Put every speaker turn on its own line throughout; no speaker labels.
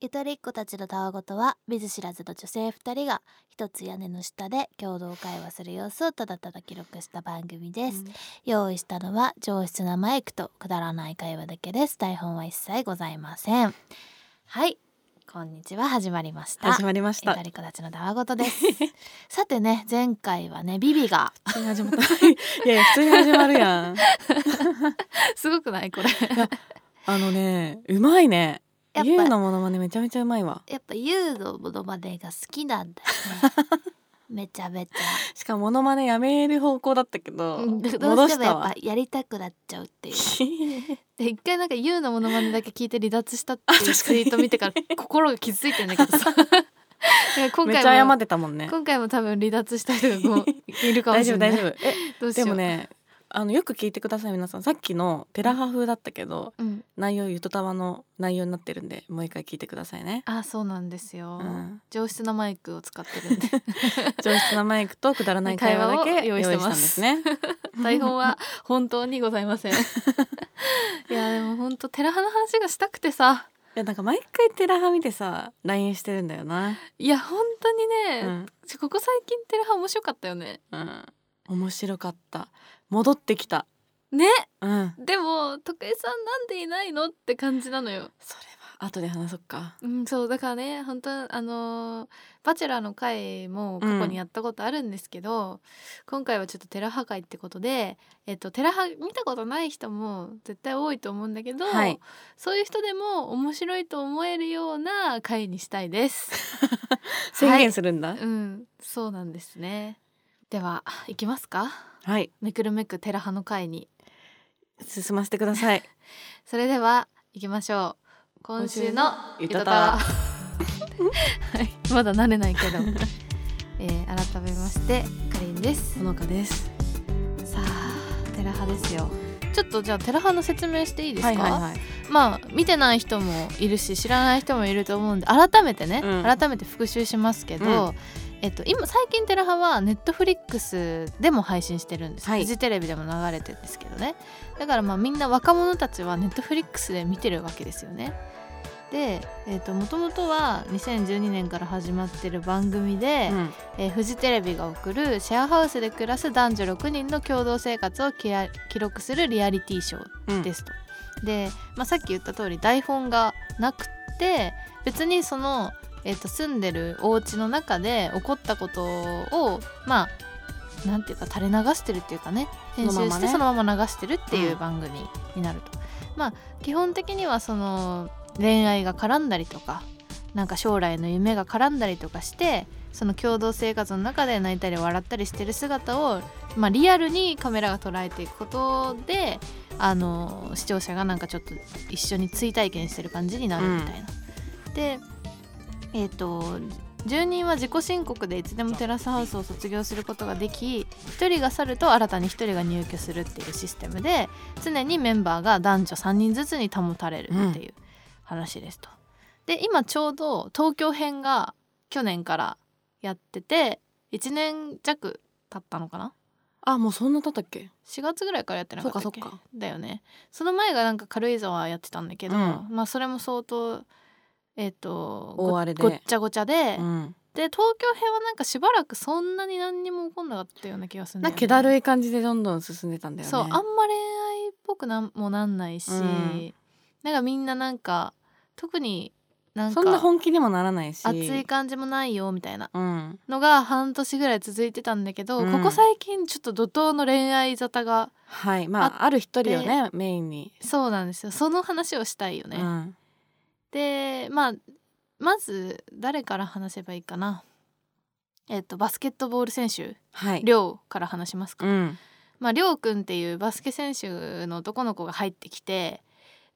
ゆとりっ子たちのたわごとは見ず知らずの女性2人が一つ屋根の下で共同会話する様子をただただ記録した番組です、用意したのは上質なマイクとくだらない会話だけです台本は一切ございませんはいこんにちは始まりました
始まりまし
ゆ
た
と。りっ子たちのたわごとですさてね前回はねビビが
普通に始まった。い やいや普通に始まるやん。
すごくないこれ
あのね、うまいね。
やっぱ
ゆうのモノマネめちゃめちゃうまいわ。
やっぱユウのものまねが好きなんだよ ねめちゃめちゃ
しかもモノマネやめる方向だったけど、
うんどうし
戻
て
し
もや
た
っ
わ
ぱ。やりたくなっちゃうっていう
い
で一回なんかユウのものまねだけ聞いて離脱したっていうツイート見てから心が傷ついてんだけどさ だから今
めっちゃ
回
謝っ
も
てたもんね。
今回も多分離脱した人がもういるかも
大
しれ
丈夫
ない
大丈夫。え、
どうし
で
よう
もね、あのよく聞いてください皆さん。さっきのテラハ風だったけど、
うん、
内容ゆとたわの内容になってるんで、もう一回聞いてくださいね。
あそうなんですよ、
うん
上質なマイクを使って るんで
上質なマイクとくだらない会話だけ
会話
用
を用
意
意したて
しんで
ます
すね。
台本は本当にございませ んいやでも本当寺派の話がしたくてさ
いやなんか毎回テラハ見てさ LINE してるんだよな、
いや本当に
う
ね、
ん
ここ最近テレハ面白かったよね
うん、面白かった戻ってきた
ね
うん
でも徳井さんなんでいないのって感じなのよ
それは後で話そっか
うんそうだからね本当あのーバチェラーの回も過去にやったことあるんですけど、今回はちょっとテラハ会ってことでえっとテラハ見たことない人も絶対多いと思うんだけど、
はい
そういう人でも面白いと思えるような回にしたいです。
宣言するんだは
はい
い、
うんそうなんですね。では行きますか。めくるめくテラハの回に
進ませてください
それでは行きましょう今週の
ゆ
ゆた
たた
た
わ
わはいまだ慣れない けど、えー、改めましてかりんです
ほのかです
さあテラハですよちょっとじゃあテラハの説明していいですか、
はいはいはい
まあ見てない人もいるし知らない人もいると思うんで改めてね、
うん
改めて復習しますけど、
う
えっと、今最近テラハはネットフリックスでも配信してるんです、
はい
フジテレビでも流れてるんですけどねだからまあみんな若者たちはネットフリックスで見てるわけですよねでえっともともとは2012年から始まってる番組で、
うん
えーフジテレビが送るシェアハウスで暮らす男女6人の共同生活をきや記録するリアリティショー
うん
ですと。で、まあ、さっき言った通り台本がなくて別にその、えっと住んでるお家の中で起こったことをまあなんていうか垂れ流してるっていうかね編集
そのまま
して
ね
そのまま流してるっていううん番組になると。まあ基本的にはその恋愛が絡んだりとかなんか将来の夢が絡んだりとかしてその共同生活の中で泣いたり笑ったりしてる姿を、まあ、リアルにカメラが捉えていくことであの視聴者がなんかちょっと一緒に追体験してる感じになるみたいな。でえっ、と住人は自己申告でいつでもテラスハウスを卒業することができ1人が去ると新たに1人が入居するっていうシステムで常にメンバーが男女3人ずつに保たれるっていう話ですと。で今ちょうど東京編が去年からやってて1年弱経ったのかな
あもうそんな経ったっけ
4月ぐらいからやってなかったっけ
そっかそっか
だよねその前がなんか軽井沢やってたんだけど、
うん
まあそれも相当えっ、と
大荒れで
ごごっちゃごちゃで、
うん
で東京編はなんかしばらくそんなに何にも起こんなかったような気がするんだ
なん
よ
か
ね
気だるい感じでどんどん進んでたんだよね
そうあんま恋愛っぽくなんもなんないし、
うん
なんかみんななんか特になん
そんな
か
本気にもならないし
熱い感じもないよみたいな
うん
のが半年ぐらい続いてたんだけど、
うん
ここ最近ちょっと怒涛の恋愛沙汰が
はいまあある一人をねメインに、
そうなんですよその話をしたいよね、
うん
でまあまず誰から話せばいいかなえっとバスケットボール選手
はい
りょうから話しますか、
うん
まありょうくんっていうバスケ選手の男の子が入ってきて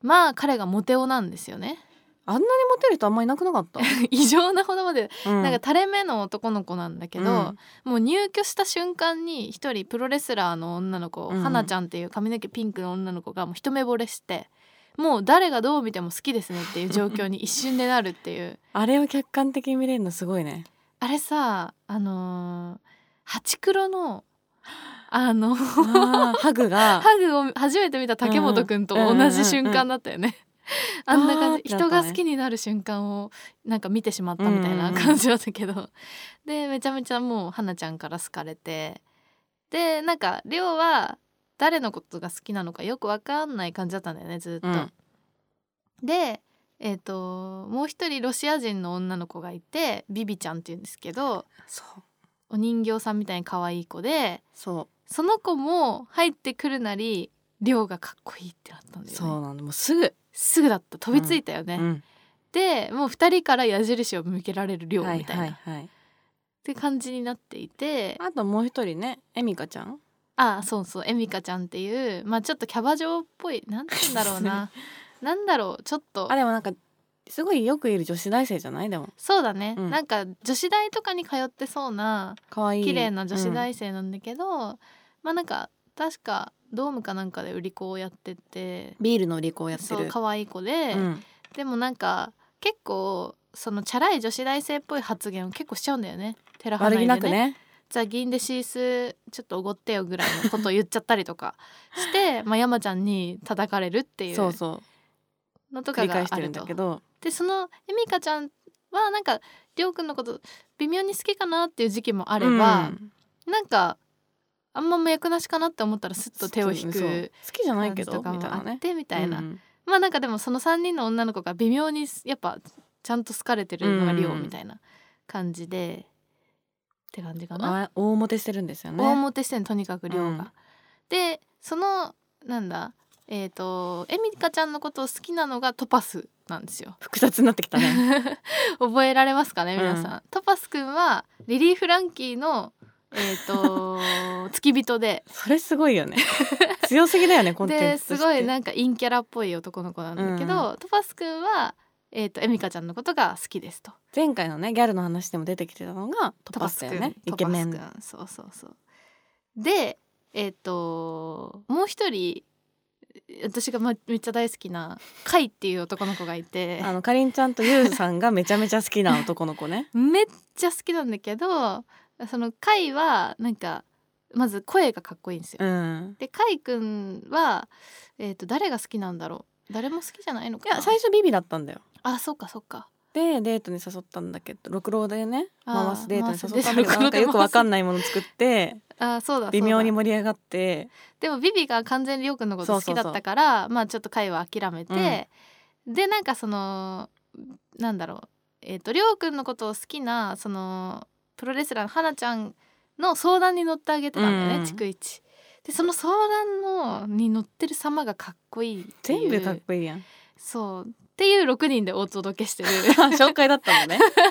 まあ彼がモテ男なんですよね
あんなにモテる人あんまいなくなかった、
異常なほどまで、
うん
なんか垂れ目の男の子なんだけど、
うん
もう入居した瞬間に一人プロレスラーの女の子、
うん
はなちゃんっていう髪の毛ピンクの女の子がもう一目惚れしてもう誰がどう見ても好きですねっていう状況 に一瞬でなるっていう
あれを客観的に見れるのすごいね。
あれさあのーハチクロのあのハ
あーハグが
グを初めて見た竹本くんと同じ瞬間だったよね、あんな感
わーっ
じ
てなっ
人
たね
が好きになる瞬間をなんか見てしまったみたい
うんう
なん
うん
感じだったけど、でめちゃめちゃもう花ちゃんから好かれてでなんかりょうは誰のことが好きなのかよくわかんない感じだったんだよねずっと。
うん
でえー、ともう一人ロシア人の女の子がいてビビちゃんっていうんですけど
そう
お人形さんみたいに可愛い子で
そ
その子も入ってくるなり亮がかっこいいってなったん
う
だよ
そ
ね
うなんだもうすぐ、
すぐだった飛びついたよね、
うん
でもう2人から矢印を向けられる亮みたいな、
はい
っ
はいはい
て感じになっていて
あともう一人ねエミカちゃん
あそうそうエミカちゃんっていうまあちょっとキャバ嬢っぽいなんて言うんだろう ななんだろうちょっと
あでもなんかすごいよくいる女子大生じゃないでも
そうだね、
うん
なんか女子大とかに通ってそうな
可愛い
綺麗な女子大生なんだけど、まあなんか確かドームかなんかで売り子をやってて
うんビールの売り子をやって
そう
る
可愛い子で、
うん
でもなんか結構そのチャラい女子大生っぽい発言を結構しちゃうんだよね寺花
悪
で
気
ね
なくね
じゃあ銀でシースちょっとおごってよぐらいのことを言っちゃったりとかして まあ山ちゃんに叩かれるっていう
そうそ
のと
う繰
か
り
が
返し
あ
てる
る
んだ
と
けど
でそのエミカちゃんはなんかりょうくんのこと微妙に好きかなっていう時期もあ
あ
れば、なんかあんまも役なしかなって思ったらスッと手を引
そう
く
好きじゃない
感
け
じ
ど
と
み
か
た
も
いな
あっ
ね
てみたいな
うん
まあなんかでもその3人の女の子が微妙にやっぱちゃんと好かれてるのがリオみたいな感じで、って感じかな、
あ大モテしてるんですよね
大表してんのとにかくリオが。
うん
でそのなんだえっ、とエミカちゃんのことを好きなのがトパスなんですよ。
複雑になってきた ね
覚えられますかね皆さん。トパスくんはリリー・フランキーのえっ、と付き人で。
それすごいよね強すぎだよねコンテンツと
です
して
ごいなんか陰キャラっぽい男の子なんだけど、トパスくんは、えー、とエミカちゃんのことが好きですと
前回のねギャルの話でも出てきてたのがトパスだよねイ
ト
ケ
パスくん
メン
トパスくんそうそうそうでえっ、ともう一人私が、ま、めっちゃ大好きなカイっていう男の子がいて
あのかりんちゃんとゆうさんがめちゃめちゃ好きな男の子 ね
めっちゃ好きなんだけどそのカイはなんかまず声がかっこいいんですよ、
うん
でカイくんは、えー、と誰が好きなんだろう誰も好きじゃないの
い
かな
や最初ビビだったんだよ
あそうかそうか
でデートに誘ったんだけどろくろでね
あー
回すデートに誘ったんだけどなんか
回す
よくわかんないもの作って
あそうだそうだ
微妙に盛り上がって
でもビビが完全にりょうくんのこと好きだ
そ
っ
うそうそ
たからまあちょっと会は諦めて、でなんかそのなんだろうえっ、とりょうくんのことを好きなそのプロレスラーのはなちゃんの相談に乗ってあげてたんだよね、
うん
逐一。でその相談のに乗ってる様がかっこいいっていう
全部かっこいいやん
そうっていう6人でお届けしてる
紹介だったんだね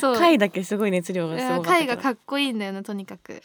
そう
回だけすごい熱量がす
うん
ごかった
会
けど
がかっこいいんだよなとにかく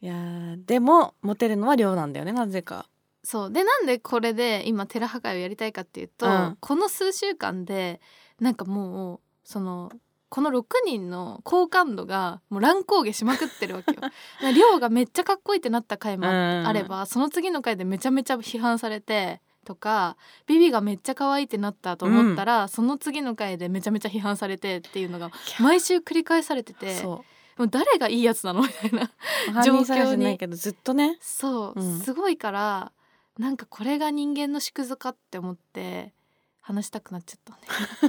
いやーでもモテるのは量なんだよねなぜか
そうでなんでこれで今寺破壊をやりたいかっていうと、
うん
この数週間でなんかもうそのこの6人の好感度がもう乱高下しまくってるわ けよ。だから亮がめっちゃかっこいいってなった回もあ
うん
あればその次の回でめちゃめちゃ批判されてとかビビがめっちゃ可愛いってなったと思ったら、その次の回でめちゃめちゃ批判されてっていうのが毎週繰り返されてても
そう
誰がいいやつなのみたいな
う犯人探しじゃないけどずっとね
そう、
うん
すごいからなんかこれが人間の縮図かって思って話したくなっちゃっ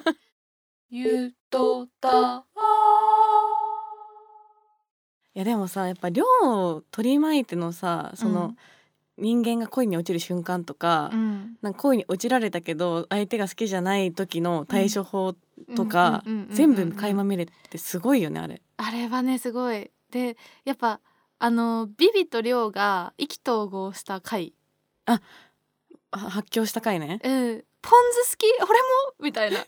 たね。ゆとた
いやでもさやっぱ量を取り巻いてのさその、人間が恋に落ちる瞬間とか、
うん
なんか恋に落ちられたけど相手が好きじゃない時の対処法
うん
とか
うんうんうんうんうん
全部垣間見れてすごいよねあれ。
あれはねすごいでやっぱあのビビとリョウが意気投合した回
は発狂した回ね。
うんポン酢好き俺もみ たいな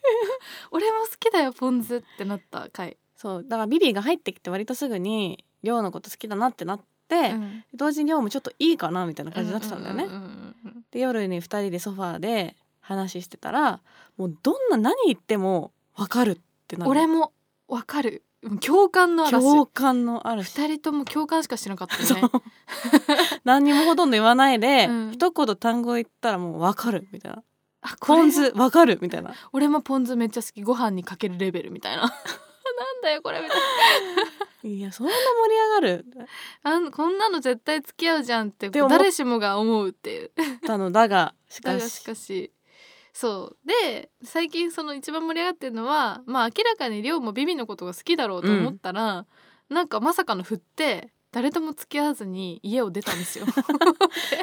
俺も好きだよポン酢ってなった回、
そうだからビビが入ってきて割とすぐに量のこと好きだなってなって、
うん
同時に量もちょっといいかなみたいな感じになってたんだよね。
ううんうんうん
で夜に二人でソファーで話してたらもうどんな何言っても分かるってなる
俺もわかるうん共感の嵐
共感のある
二人とも共感しかしてなかった
そ
よ
う
ね。
何にもほとんど言わないで、
うん
一言単語言ったらもう分かるみたいな
あこれ
ポン酢分かるみたいな
俺もポン酢めっちゃ好きご飯にかけるレベルみたいな。なん だよこれみたい
いやそんな盛り上がる
なあんこんなの絶対付き合うじゃんって
でも
誰しもが思うっていう。
たのだがし
だ
か
が
し
しかしそうで最近その一番盛り上がってるのはまあ明らかに亮もビビのことが好きだろうと思ったら、なんかまさかの振って誰とも付き合わずに家を出たんですよ。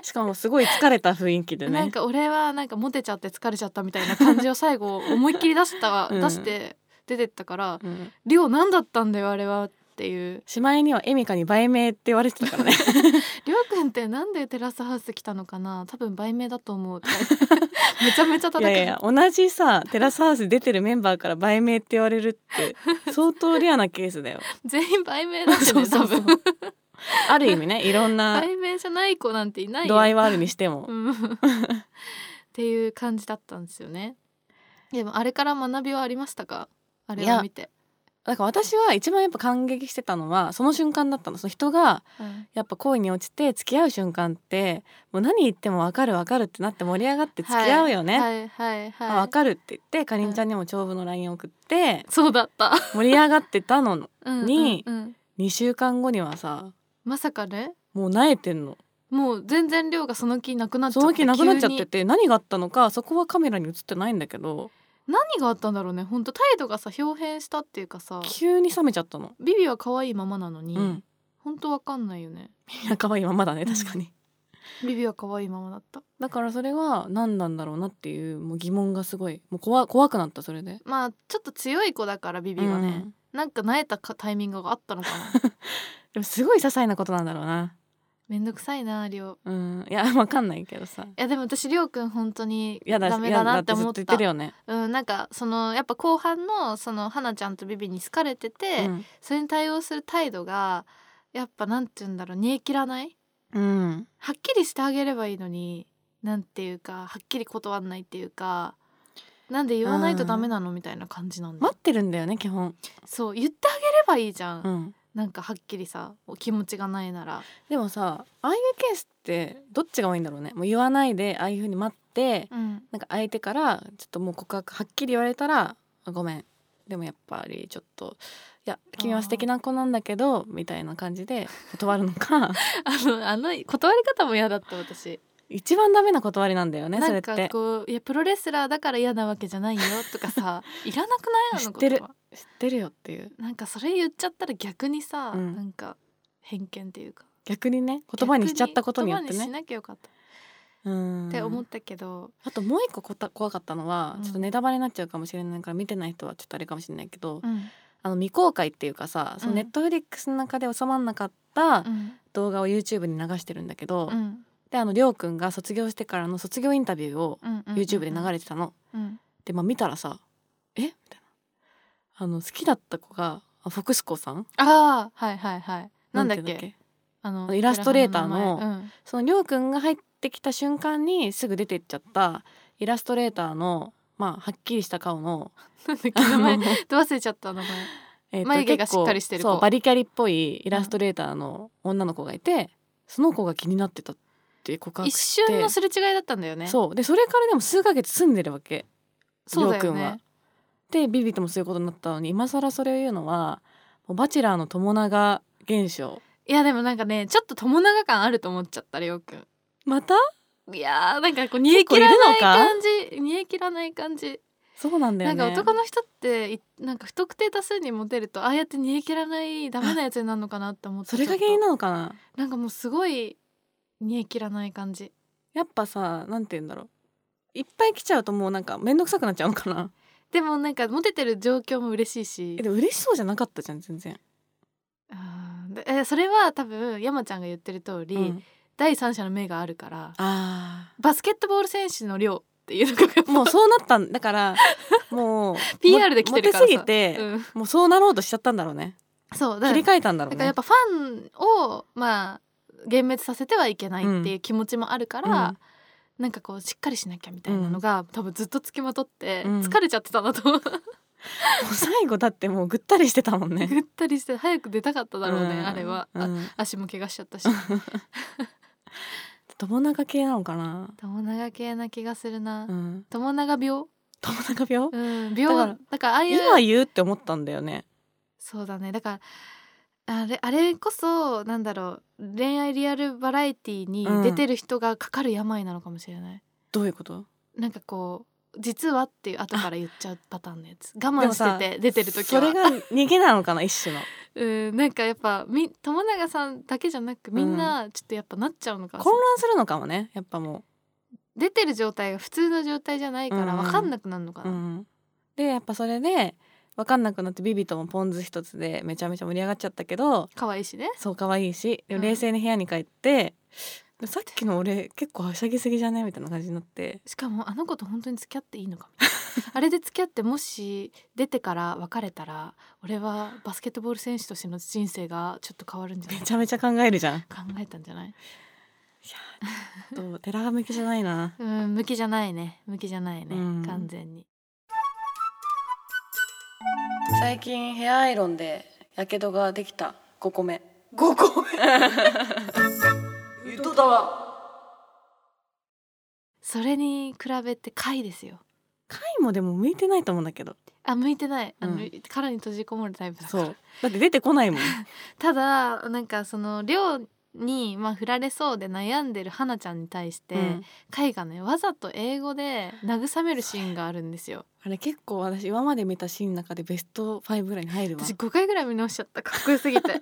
しかもすごい疲れた雰囲気 でね
なんか俺はなんかモテちゃって疲れちゃったみたいな感じを最後思いっきり出した、
うん
出して出てったから
うん
「リオ何だったんだよあれは」っていう
しまいにはエミカに売名って言われてたか らね
「リオくんってなんでテラスハウス来たのかな多分売名だと 思う」とかめちゃめちゃ
い
叩か
やい
れ
やいや同じさテラスハウス出てるメンバーから売名って言われるって相当レアなケースだよ
全員売名だし
そ
ね
うそ
多
うそう
分
ある意味ねいろんな
売名じゃない子なんていないよ
度合いはあるにしても
う、んっていう感じだったんですよね。でもあれから学びはありましたかあれ
い
を
や
見て。
だから私は一番やっぱ感激してたのはその瞬間だったのその人が
うん
やっぱ恋に落ちて付き合う瞬間ってもう何言っても分かる分かるってなって盛り上がって付き合うよね、
はいはいはい、
あ分かるって言ってかりんちゃんにも長文の LINE 送って
そうだった。
盛り上がってたの
うん
に
うんうん
2週間後にはさ
まさかね
もうなえてんの
もう全然量がその気なくなっちゃ
そ
った
の気なくなっちゃっ
急
て
に
て何があったのかそこはカメラに映ってないんだけど
何があったんだろうね本当態度がさ表変したっていうかさ
急に冷めちゃったの。
ビビは可愛いままなのに、
うん、
本当わかんないよね
いや可愛いままだね確かに。
ビビは可愛いままだった
だからそれは何なんだろうなっていうもう疑問がすごいもう怖怖くなったそれで。
まあちょっと強い子だからビビがね、なんか慣えたかタイミングがあったのかな
でもすごい些細なことなんだろうな。
めんどくさいなりょう
うん、いや わかんないけどさ。
いやでも私りょうくん本当に
いやだ
ダメだなって
いや
思
だ
っ
ず
た
と言ってるよね。
うん、なんかそのやっぱ後半のその花ちゃんとビビに好かれてて、
うん
それに対応する態度がやっぱなんて言うんだろう煮え切らない
うん、
はっきりしてあげればいいのになんていうかはっきり断んないっていうかなんで言わないとダメなのみたいな感じなんで、
待ってるんだよね基本。
そう言ってあげればいいじゃん、
うん。
なんかはっきりさお気持ちがないなら、
でもさああいうケースってどっちが多いんだろうねもう言わないでああいう風に待って
うん、
なんか相手からちょっともう告白はっきり言われたら「あごめんでもやっぱりちょっといや君は素敵な子なんだけど」みたいな感じで断るのか
あのあの断り方も嫌だった私
一番ダメな断りなんだよねそ
な
れっ
んか
て。
こういやプロレスラーだから嫌なわけじゃないよとか さいらなくないあの
知ってる
言葉
知ってるよっていう
なんかそれ言っちゃったら逆にさ、
うん
なんか偏見っていうか
逆にね言葉にしちゃったことによって
逆言葉に
ね。
しなきゃよかった
うん
って思ったけど、
あともう一個こた怖かったのは、
うん
ちょっとネタバレになっちゃうかもしれないから見てない人はちょっとあれかもしれないけど、
うん
あの未公開っていうかさそ
う
の
ん
ネットフリックスの中で収まんなかった
うん
動画を YouTube に流してるんだけど、
うん
であのりょうくんが卒業してからの卒業インタビューを
うんうんうん
YouTube で流れてたの。
うん
でまあ見たらさ「えみたいな。あの好きだった子があフォクスコさん
ああはいはいはいなんだっけ
ていうん
あの
イラストレーターの
寺原名前
そのりょうくんが入ってきた瞬間にすぐ出てっちゃったイラストレーターのまあはっきりした顔の
うん、なんだっけ名前
あの
ど忘れちゃった名前
えっと
眉毛が
結構
しっかりしてる子
そうバリキャリっぽいイラストレーターの女の子がいて、その子が気になってたって告白
一
して
瞬のすれ違いだったんだよねう
そうでそれからでも数ヶ月住んでるわけ
そうだ
りょ
よ
うくんは
ね
でビビともそういうことになったのに今更それを言うのはもうバチェラーの友永現象
いやでもなんかねちょっと友永感あると思っちゃったりょうくん
また
いやーなんかこう煮え
結構
切
いる
らな
の
い
か
感じ煮え切らない感じ、
そうなんだよ
な
ね
んか男の人っていなんか不特定多数にモテるとああやって煮え切らないダメなやつになるのかなって思って
それが
ちょっと
原因なのかな
なんかもうすごい煮え切らない感じ
やっぱさなんて言うんだろういっぱい来ちゃうともうなんか面倒くさくなっちゃうの かな
でもなんかモテてる状況も嬉しい
え
し
でも嬉しそうじゃなかったじゃん全然、
あーでえそれは多分山ちゃんが言ってる通り、
うん
第三者の目があるから
あ
バスケットボール選手の量っていうのが
あもう
う
そうなったんだから もう
PR で来てるからさ
モテすぎて、
うん
もうそうなろうとしちゃったんだろうね
そうだ
切
から
り替えたんだろ
だ
う
か
ね
らやっぱファンをまあ幻滅させてはいけないっていう気持ちもあるから、
うん
なんかこうしっかりしなきゃみたいなのが、多分ずっとつきまとって
うん
疲れちゃってたなと、
もう最後だってもうぐったりしてたもんね
ぐったりして早く出たかっただろうね、あれは、あ
うん
足も怪我しちゃったし
友永系なのかな、
友永系な気がするな、
うん、
友永病
友永病、
うん
だか
病
ら
だからああいう
今言うって思ったんだよね
そうだねだからあれあれこそなんだろう恋愛リアルバラエティーに出てる人がかかる病なのかもしれない、
どういうこと
なんかこう実はっていう後から言っちゃうパターンのやつ我慢してて出てる時
そ
は
れが逃げなのかな一 種の
うんなんかやっぱみ友永さんだけじゃなくみんなちょっとやっぱなっちゃうのかもしれ
混
ない、
乱するのかもねやっぱも
出てる状態が普通の状態じゃないから
うん
分かんなくなるのか
う、う
な、
ん、でやっぱそれで分かんなくなってビビともポン酢一つでめちゃめちゃ盛り上がっちゃったけど
可愛いしね
そう可愛いしで
う
も
ん
冷静に部屋に帰って、でもさっきの俺結構はしゃぎすぎじゃねみたいな感じになって
しかもあの子と本当に付き合っていいのか みたいなあれで付き合ってもし出てから別れたら俺はバスケットボール選手としての人生がちょっと変わるんじゃな
め
い
ちゃめちゃ考えるじゃん。 い
考えたんじゃない
やーちょっと寺が向きじゃないな。
うん向きじゃないね向きじゃないね、
うん
完全に
最近ヘアアイロンでやけどができた5個目5個 目ゆとたわ
それに比べて貝ですよ
貝もでも向いてないと思うんだけど
あ向いてないあの、
うん
殻に閉じこもるタイプだか
そ
ら
うだって出てこないもん
ただなんかその量にまあ振られそうで悩んでる花ちゃんに対して、
うん
海がねわざと英語で慰めるシーンがあるんですよ
あれ結構私今まで見たシーンの中でベスト5ぐらいに入るわ
私5回ぐらい見直しちゃったかっこよすぎて なん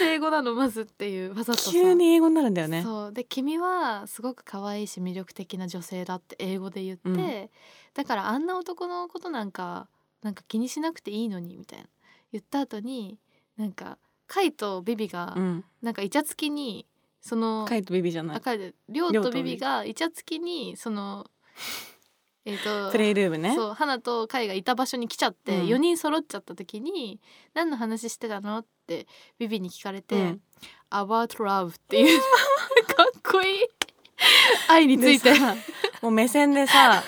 で英語なのまずっていうわざとさ
急に英語になるんだよね
そうで君はすごく可愛いし魅力的な女性だって英語で言って、
うん
だからあんな男のことなんかなんか気にしなくていいのにみたいな言った後になんかカイとビビが
うん
なんかイチャつきにその
貝とビビじゃない
赤いでりょう
りょう
と
と
ビ
ビビ
ビがイチャつきにそ のえっと
プレイルームね
そう花と海がいた場所に来ちゃって、
うん
4人揃っちゃった時に「何の話してたの?」ってビビに聞かれて「
うん
About Love」って いうかっこいい愛について
でさもう目線でさ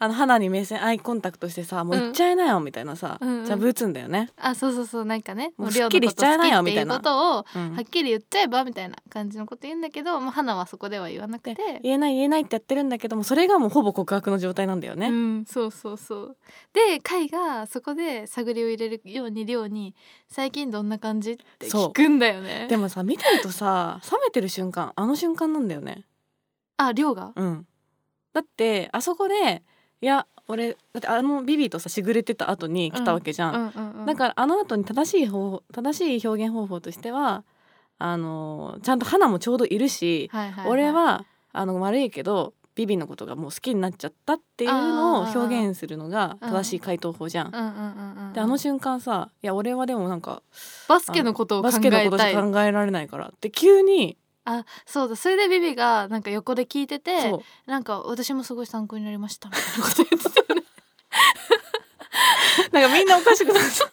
あの花に目線アイコンタクトしてさもう行っちゃいなよみたいなさ、
うんうん
じゃあ打つんだよね、
あそうそうそうなんかね
もう
りょ
すっきりしちゃいなよ
のこと好きってう
みたいな
ことを
うん
はっきり言っちゃえばみたいな感じのこと言うんだけど、まあ、花はそこでは言わなくて
で。言えない言えないってやってるんだけどもそれがもうほぼ告白の状態なんだよね、
うん、そうそうそうでカイがそこで探りを入れるようにりょうに「最近どんな感じ?」って
そう
聞くんだよね
でもさ見てるとさ冷めてる瞬間あの瞬間なんだよね
ありょうが
うんだってあそこでいや俺だってあのビビとさしぐれてた後に来たわけじゃん、
うんうんうん
だからあの後に正しい方法正しい表現方法としてはあのちゃんと花もちょうどいるし、
はいはいい
俺はあの悪いけどビビのことがもう好きになっちゃったっていうのを
あー
表現するのが正しい回答法じゃん。
うんうんうんうん
であの瞬間さ「いや俺はでもなんか
バスケのことを考
バスケの
え
こと
た
し
い
か考えられないから」って急に
あそうだそれでビビがなんか横で聞いてて
そう
なんか私もすごい参考になりましたみたいな こと言ってたよね
なんかみんなおかしくなっ ちゃっ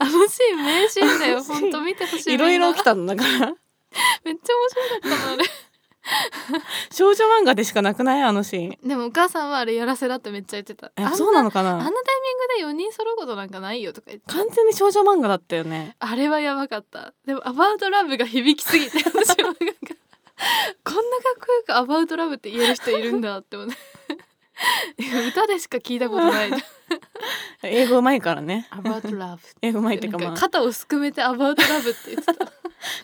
あのシーン名シーンだよ
あのシーン
本当見てほしい
ていろい
み
ろ
ん
起
な
きたんだから
めっちゃ面白かったのあれ
少女漫画でしかなくないあのシーン。
でもお母さんはあれやらせだってめっちゃ言ってたあん
え
な
そうなのか
あんなタ
な
イミングで4人揃うことなんかないよとか言って
完全に少女漫画だったよね。
あれはやばかったでも「アバウトラブ」が響きすぎ て私もなんかこんなかっこよく「アバウトラブ」って言える人いるんだって思っていや歌でしか聞いたことない
英語うまいからね
「アバウトラブ」
英語うまいっていうか
なん
まあ
肩をすくめて「アバウトラブ」って言ってた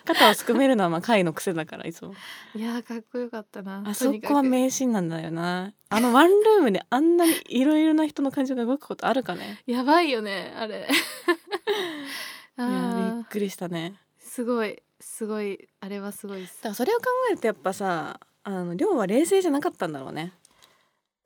肩をすくめるのはまあ回の癖だからいつも。
いやーかっこよかったな
あ
と
そ
にか
こ
く
は名シーンなんだよな。あのワンルームであんなにいろいろな人の感情が動くことあるかね。
やばいよねあれ
い
あ
や
ー
びっくりしたね。
すごいすごいあれはすごいっす
だからそれを考えるとやっぱさ、あの量は冷静じゃなかったんだろうね。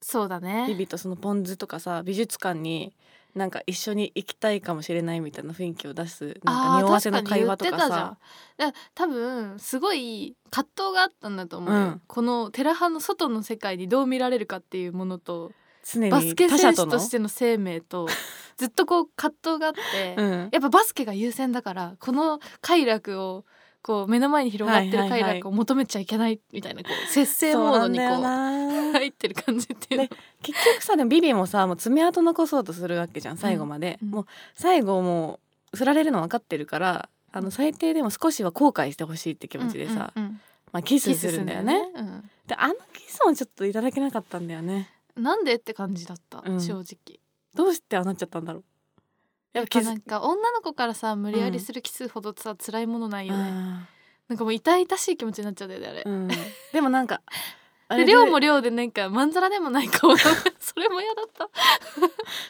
そうだね
ビビとそのポン酢とかさ美術館になんか一緒に行きたいかもしれないみたいな雰囲気を出すなんか
あー
匂わせの会話とか
確に言
さ。
ってたじゃんだから多分すごい葛藤があったんだと思うよ、
うん
このテラハの外の世界にどう見られるかっていうものと
常に
バスケ選手
の
としての生命とずっとこう葛藤があって、
うん、
やっぱバスケが優先だからこの快楽をこう目の前に広がってる
はいは
快
いはい
楽を求めちゃいけないみたいなこう節制モードにこ
そう
う
なんだよな
入ってる感じっていうの
ね結局さでもビビもさもう爪痕残そうとするわけじゃん最後まで、
うんうん
もう最後もう振られるの分かってるからあの最低でも少しは後悔してほしいって気持ちでさ、
うんうんうん
まあ、キス
キ
す
スする
るん
んだ
だよ
よ
ね
ね、
であのキスもちょっといただけなかったんだよね
うんなんでって感じだった、
うん
正直
どうしてああなっちゃったんだろうや
や
っ
っぱ
ぱキス
なんか女の子からさ無理やりするキスほどさ、辛いものないよね、
あ
なんかもう痛々しい気持ちになっちゃうんだよねあれ、
ーうんでもなんか あ
で
れで
量も量でなんかまんざらでもない顔だ それも嫌だった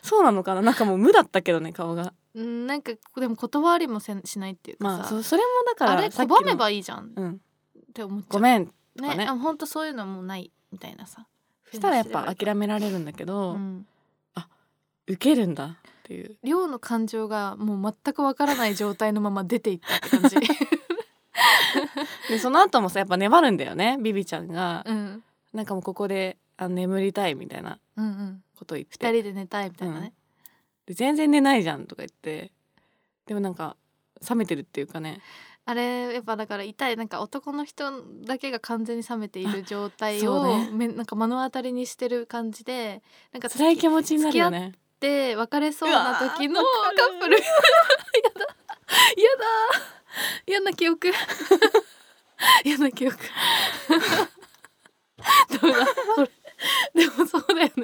そうなのかななんかもう無だったけどね顔が
うんなんかでも断りもせんしないっていうか
まあ
さ、
そそれもだから
あ、れ
さっき
拒
の
めばいいじゃんっ
うん
て思っちゃう
ごめんとか
ね
ね
あ本当そういうのもうないみたいなさ
そしたらやっぱ諦められるんだけ
う
ど、
ん、
受けるんだっていう
量の感情がもう全くわからない状態のまま出ていったって 感じ、
でその後もさやっぱ粘るんだよねビビちゃんが、
うん、うん
なんかもうここであ眠りたいみたいな
うん
こと言って
二人で寝たいみたいなね、
で全然寝ないじゃんとか言ってでもなんか冷めてるっていうかね
あれやっぱだから痛いなんか男の人だけが完全に冷めている状態
あ
を、
そうね
めなんか目の当たりにしてる感じでなんか
辛い気持ちになるよね
で別れそうな時の
う
カ
わーわか
ップ
る
ルやだやだ嫌な記憶 嫌な記憶 どうだこれでもそうだよね
も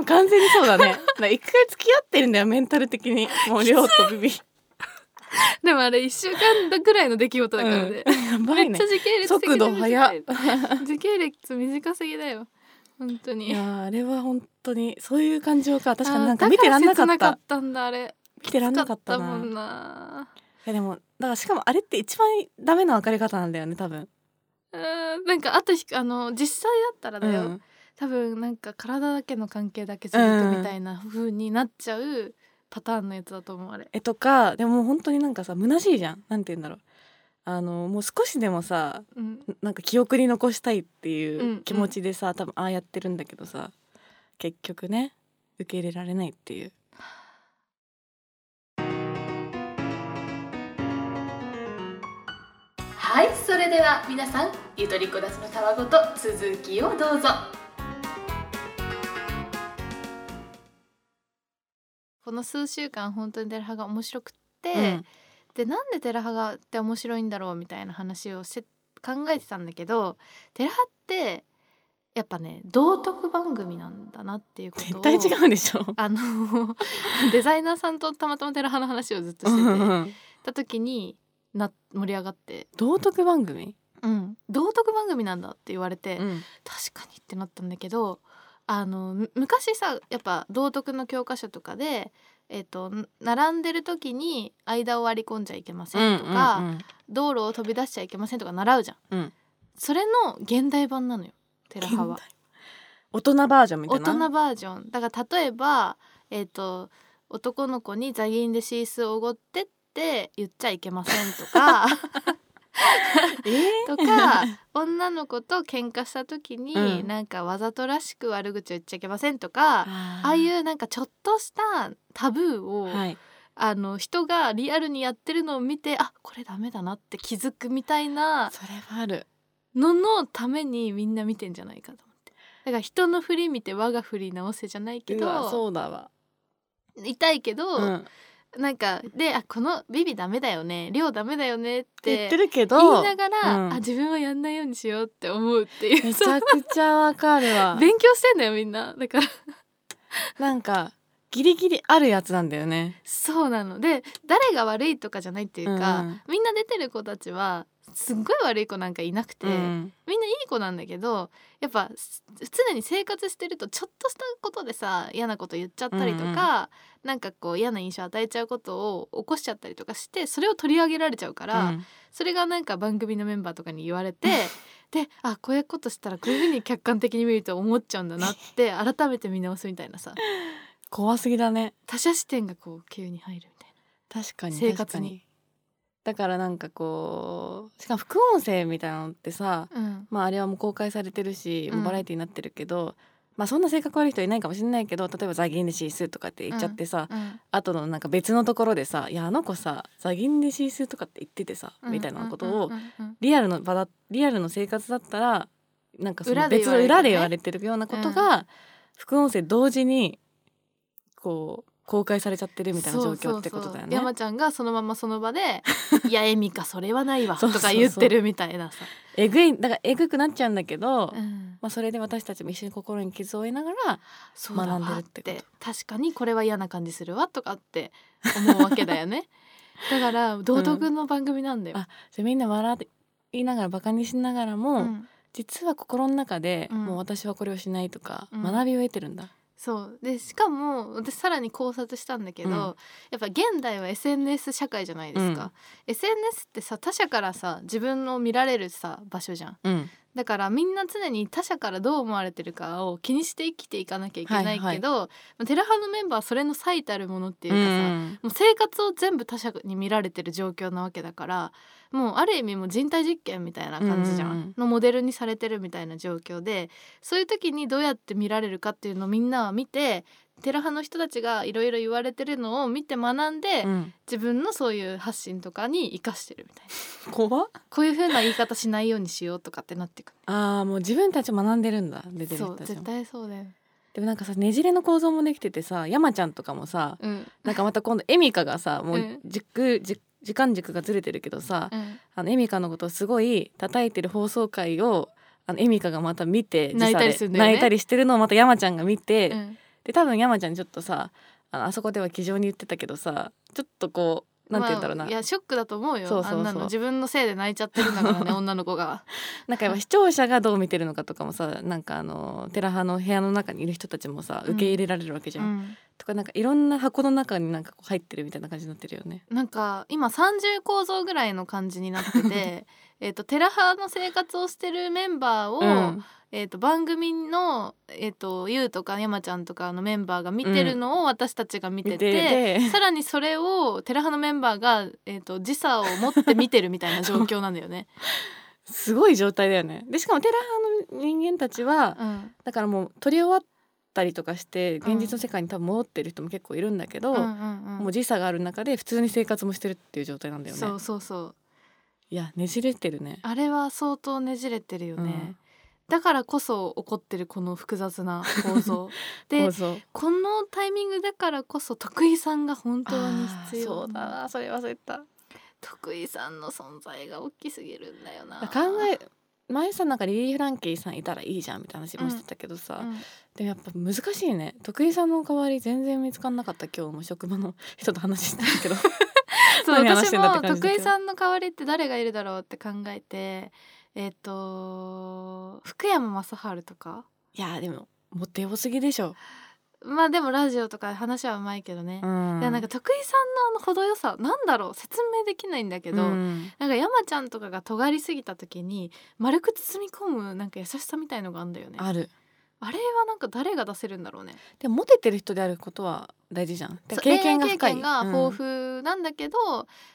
う完全にそうだねだから一回付き合ってるんだよメンタル的にもう亮とビビ
でもあれ1週間ぐらいの出来事だからね、
やば
め
い
っ
ね
ちゃ時系列的
速度速
い時系列短すぎだよ本当
い
に
やーあれは本当にそういう感情か確かになん
あ
か
ー
見てらんなかっ
だら切なかった
た
んだあれ
見てらんなかった
も
なん
な
えでもだからしかもあれって一番ダメな別れ方なんだよね多分、
うんなんかあとひあの実際だったらだよ、多分なんか体だけの関係だけ続くみたいな風になっちゃうパターンのやつだと思うあれ
えとかでももう本当になんかさ虚しいじゃんなんて言うんだろうあのもう少しでもさ
うん
なんか記憶に残したいって
んう
いうん気持ちでさ、多分ああやってるんだけどさ結局ね受け入れられないっていう
はいそれでは皆さんゆとりこだちのたわごと続きをどうぞこの数週間本当にデラハが面白くって、
うん
でなんで寺派がって面白いんだろうみたいな話をして考えてたんだけど寺派ってやっぱね道徳番組なんだなっていうこと
絶
を
対違うでしょ
あの デザイナーさんとたまたま寺派の話をずっと
うんう
してて
んうん
た時にな盛り上がって、
道徳番組、
うん、道徳番組なんだって言われて、
うん
確かにってなったんだけどあのむ昔さやっぱ道徳の教科書とかで、えっとん並んでる時に間を割り込んじゃいけませんとか、
うん
道路を飛び出しちゃいけませんとか習うじゃん、
うん
それの現代版なのよテラハは
現代大人バージョンみた
大
いな
人バージョンだから例えばえっ、と男の子に座銀でシースをおごってって言っちゃいけませんとか
えー
と か女の子と喧嘩した時に、
うん
なんかわざとらしく悪口を言っちゃいけませんとか
あ、
ああいううなんかちょっとしたタブーを、
はい、
あの人がリアルにやってるのを見てあこれダメだなって気づくみたいな
それはある
ののためにみんな見てんじゃないかと思ってだから人の振り見て我が振り直せじゃないけ
うわ
ど
そうだわ、
痛いけど、
うん、
なんかであこのビビダメだよね量ダメだよねっ
言って
て
るけ
言い
ど
ながら、
うん
あ自分はやんないようにしようって思うっていう
めち
そう
ゃくちゃわかるわ
勉強してんだよみんなだから
なんかギリギリあるやつなんだよね
そうなので誰が悪いとかじゃないっていうか、
うん
みんな出てる子たちはすっごい悪い子なんかいなくて、
うん
みんないい子なんだけどやっぱす常に生活してるとちょっとしたことでさ嫌なこと言っちゃったりとか、なんかこう嫌な印象与えちゃうことを起こしちゃったりとかしてそれを取り上げられちゃうから、
うん
それがなんか番組のメンバーとかに言われ てであこういうことしたらこういうふうに客観的に見ると思っちゃうんだなって改めて見直すみたいなさ
怖すぎだね
他者視点がこう急に入るみたい
確かに
生活
確か
に
だからなんかこうしかも副音声みたいなのってさ
な。うん
まああれはもう公開されてるし、
うん
もうバラエティになってるけどまあそんな性格悪い人いないかもしれないけど例えば「ザギンでシース」とかって言っちゃってさ、
うん
後のなんか別のところでさ「いやあの子さザギンでシース」とかって言っててさ、みたいなことを、
うんうんうん
リアルの場だリアルの生活だったらなんかそ
裏
の
で言
別
われてね
の裏で言われてるようなことが、副音声同時にこう公開されちゃってるみたいな状況ってこ
そう
とだよね。
そうそう山ちゃんがそのままその場 で「いやエミカそれはないわ」
そう
と
そうそう
か言ってるみたいなさ。
えぐいだからえぐくなっちゃうんだけど、
うん
まあ、それで私たちも一緒に心に傷を負いながら
そうだわ
学んでるってこと
確かにこれは嫌な感じするわとかって思うわけだよ ねだから道徳の番組なんだよ、
あじゃあみんな笑いながらバカにしながらも、
うん
実は心の中で、
うん
もう私はこれをしないとか、
うん
学びを得てるんだ
そうでしかも私さらに考察したんだけど、
うん
やっぱ現代は SNS 社会じゃないですか、SNS ってさ他者からさ自分を見られるさ場所じゃん
うん
だからみんな常に他者からどう思われてるかを気にして生きていかなきゃいけないけど、まあテラハのメンバーはそれの最たるものっていうかさ、
うん
もう生活を全部他者に見られてる状況なわけだからもうある意味もう人体実験みたいな感じじゃん、
うんうんうん
のモデルにされてるみたいな状況でそういう時にどうやって見られるかっていうのをみんなは見てテラ派の人たちがいろいろ言われてるのを見て学んで、
うん
自分のそういう発信とかに生かしてるみたいな
怖っ
こういう風な言い方しないようにしようとかってなってく
ああもう自分たち学んでるんだ出て
る
る
そう
人たち
絶
も
対そうだよ、
でもなんかさねじれの構造もできててさ山ちゃんとかもさ
うん
なんかまた今度エミカがさも
う
うん軸軸時間軸がずれてるけどさ、
うん、
あのエミカのことをすごい叩いてる放送回をあのエミカがまた見て
泣いたり
時差です
るんだよね
泣いたりしてるのをまた山ちゃんが見て、
うん
で多分山ちゃんちょっとさあのあそこでは気丈に言ってたけどさちょっとこうなんて言うんだろうな、
まあいやショックだと思うよ
そうそうそう
あんなの自分のせいで泣いちゃってるんだ からね女の子が
なんかやっぱ視聴者がどう見てるのかとかもさなんかあのテラ派の部屋の中にいる人たちもさ
うん
受け入れられるわけじゃん、
うん
とかなんかいろんな箱の中になんかこう入ってるみたいな感じになってるよね。
なんか今30構造ぐらいの感じになって てえっとテラ派の生活をしてるメンバーを、
うん
えっと番組の、えっとゆうとか山ちゃんとかのメンバーが見てるのを私たちが見て
見て
て、
て
さらにそれをテラ派のメンバーが、えっと時差を持って見てるみたいな状況なんだよ ね。
すごい状態だよね。でしかもテラ派の人間たちは、
うん
だからもう撮り終わったりとかして現実の世界に多分戻ってる人も結構いるんだけど、
うんうんうん
もう時差がある中で普通に生活もしてるっていう状態なんだよね
そうそうそう
いやねじれてるね
あれは相当ねじれてるよね、だからこそ起こってるこの複雑な構 造
うん、
で
そうそう
このタイミングだからこそ徳井さんが本当に必要
あーそうだなそれ忘れてた
徳井さんの存在が大きすぎるんだよな
考え前さなんかリリー・フランキーさんいたらいいじゃんみたいな話もしてたけどさ、
うん
でもやっぱ難しいね徳井さんの代わり全然見つかんなかった今日も職場の人と話してたけど
そう
何話
私
してんだっ
も
て感じだ
徳
けど
井さんの代わりって誰がいるだろうって考えてえっ、と福山雅治とか
いやでもモテ多すぎでしょ、
まあでもラジオとか話はうまいけどね、
ん
いやなんか徳井さんのあの程よさなんだろう説明できないんだけど、
うん
なんか山ちゃんとかが尖りすぎた時に丸く包み込むなんか優しさみたいのがあんだよねあ
ある
れはなんか誰が出せるんだろうね
でもモテてる人であることは大事じゃん
そう
経験が深い
恋愛経験が豊富なんだけど、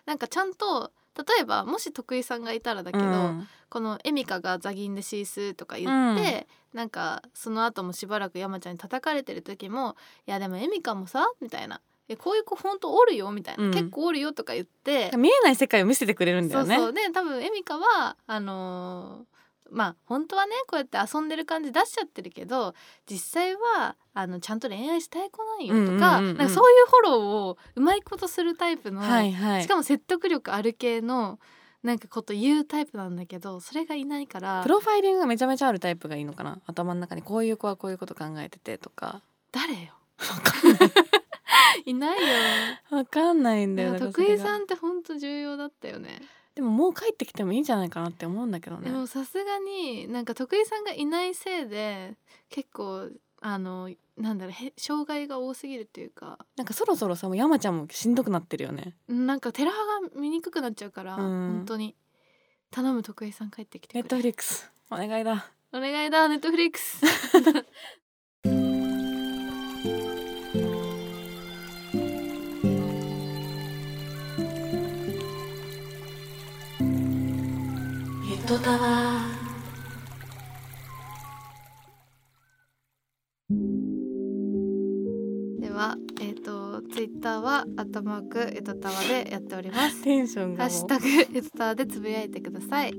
なんかちゃんと例えばもし徳井さんがいたらだけど、
うん
このエミカがザギンでシースーとか言って、なんかその後もしばらく山ちゃんに叩かれてる時も「いやでもエミカもさ」みたいな「えこういう子ほんとおるよ」みたいな、
うん
結構おるよ」とか言って
見えない世界を見せてくれるんだよね
そうそうで多分エミカはあのーまあ本当はねこうやって遊んでる感じ出しちゃってるけど実際はあのちゃんと恋愛したい子なんよとか,、
うんうんうんうん
なんかそういうフォローをうまいことするタイプの、
はいはい
しかも説得力ある系のなんかこと言うタイプなんだけどそれがいないから
プロファイリングがめちゃめちゃあるタイプがいいのかな頭の中にこういう子はこういうこと考えててとか
誰よ いないよ。
わかんないんだ
で
よ
も
だから
徳井
それ
さ
が
んって本当重要だったよね。
でももう帰ってきてもいいんじゃないかなって思うんだけど
で
ね
もさすがになんか徳井さんがいないせいで結構あのなんだろうへ障害が多すぎるっていうか
なんかそろそろさもう山ちゃんもしんどくなってるよね
なんか寺派が見にくくなっちゃうから、
うん
本当に頼む徳井さん帰ってき
ネ
て
ッ
く
ト
れ
フリックスお願いだ
お願いだネットフリックス
ヘッドタワー
ではえっ、とツイッターは「アットマークエトタワ」でやっております
テンション
ハッ
がも
シュ
う
タグエトタワでつぶやいてください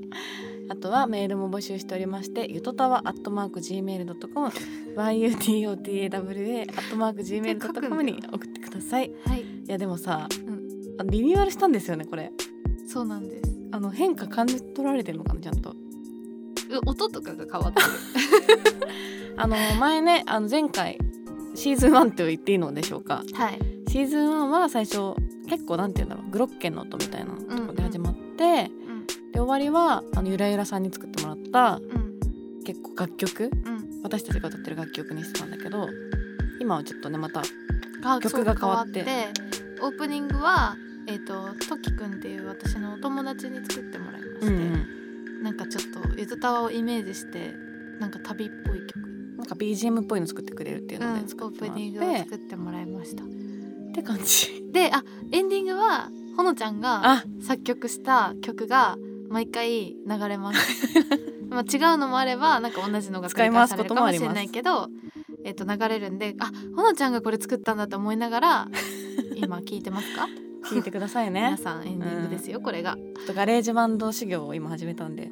あとはメールも募集しておりましてゆとたわアットマーク Gmail.com yutotawa アットマーク Gmail.com に送ってください
はい
いやでもさ、
うん
あのリニューアルしたんですよねこれ
そうなんです
あの変化感じ取られてるのかなちゃんと
う音とかが変わってる
あの前ねあの前回シーズン1って言っていいのでしょうか
はい
シーズン1は最初結構なんて言うんだろうグロッケンの音みたいなとこで始まって、
うん
で終わりはあのゆらゆらさんに作ってもらった
うん
結構楽曲
うん
私たちが歌ってる楽曲にしてたんだけど今はちょっとねまた
が
曲が変わって
そうオープニングはえっ、とトキくんっていう私のお友達に作ってもらいまして、なんかちょっとゆずたわをイメージしてなんか旅っぽい曲
なんか BGM っぽいの作ってくれるっていうので
オ
作っ
ー
ても
プ
らっ
ニン
て、
グを作ってもらいました
って感じ
であエンディングはほのちゃんが
あ
作曲した曲が毎回流れます まあ違うのもあればなんか同じのが繰り返されるかもしれないけどえっと流れるんであほのちゃんがこれ作ったんだと思いなが ら今聞いてますか
聞いてくださいね
皆さんエンディングですよ、これが
ちょっとガレージバンド修行を今始めたんで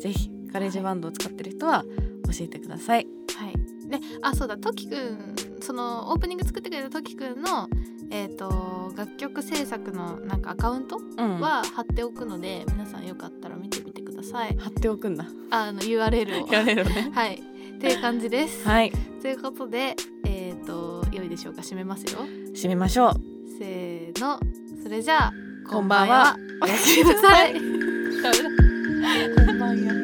ぜひガレージバンドを使ってる人は教えてください、
はい。で、あ、そうだ、ときくん、そのオープニング作ってくれたときくんの。えっ、と、楽曲制作のなんかアカウント
うん
は貼っておくので、皆さんよかったら見てみてください。
貼っておく んだ
ああの U. R. L. を。
やれるね
はい。っていう感じです。
はい
ということで、えっ、と、良いでしょうか、締めますよ。
締めましょう
せーの、それじゃあ、
こんばんは
こんばんはおやすみなさい。
こんばんは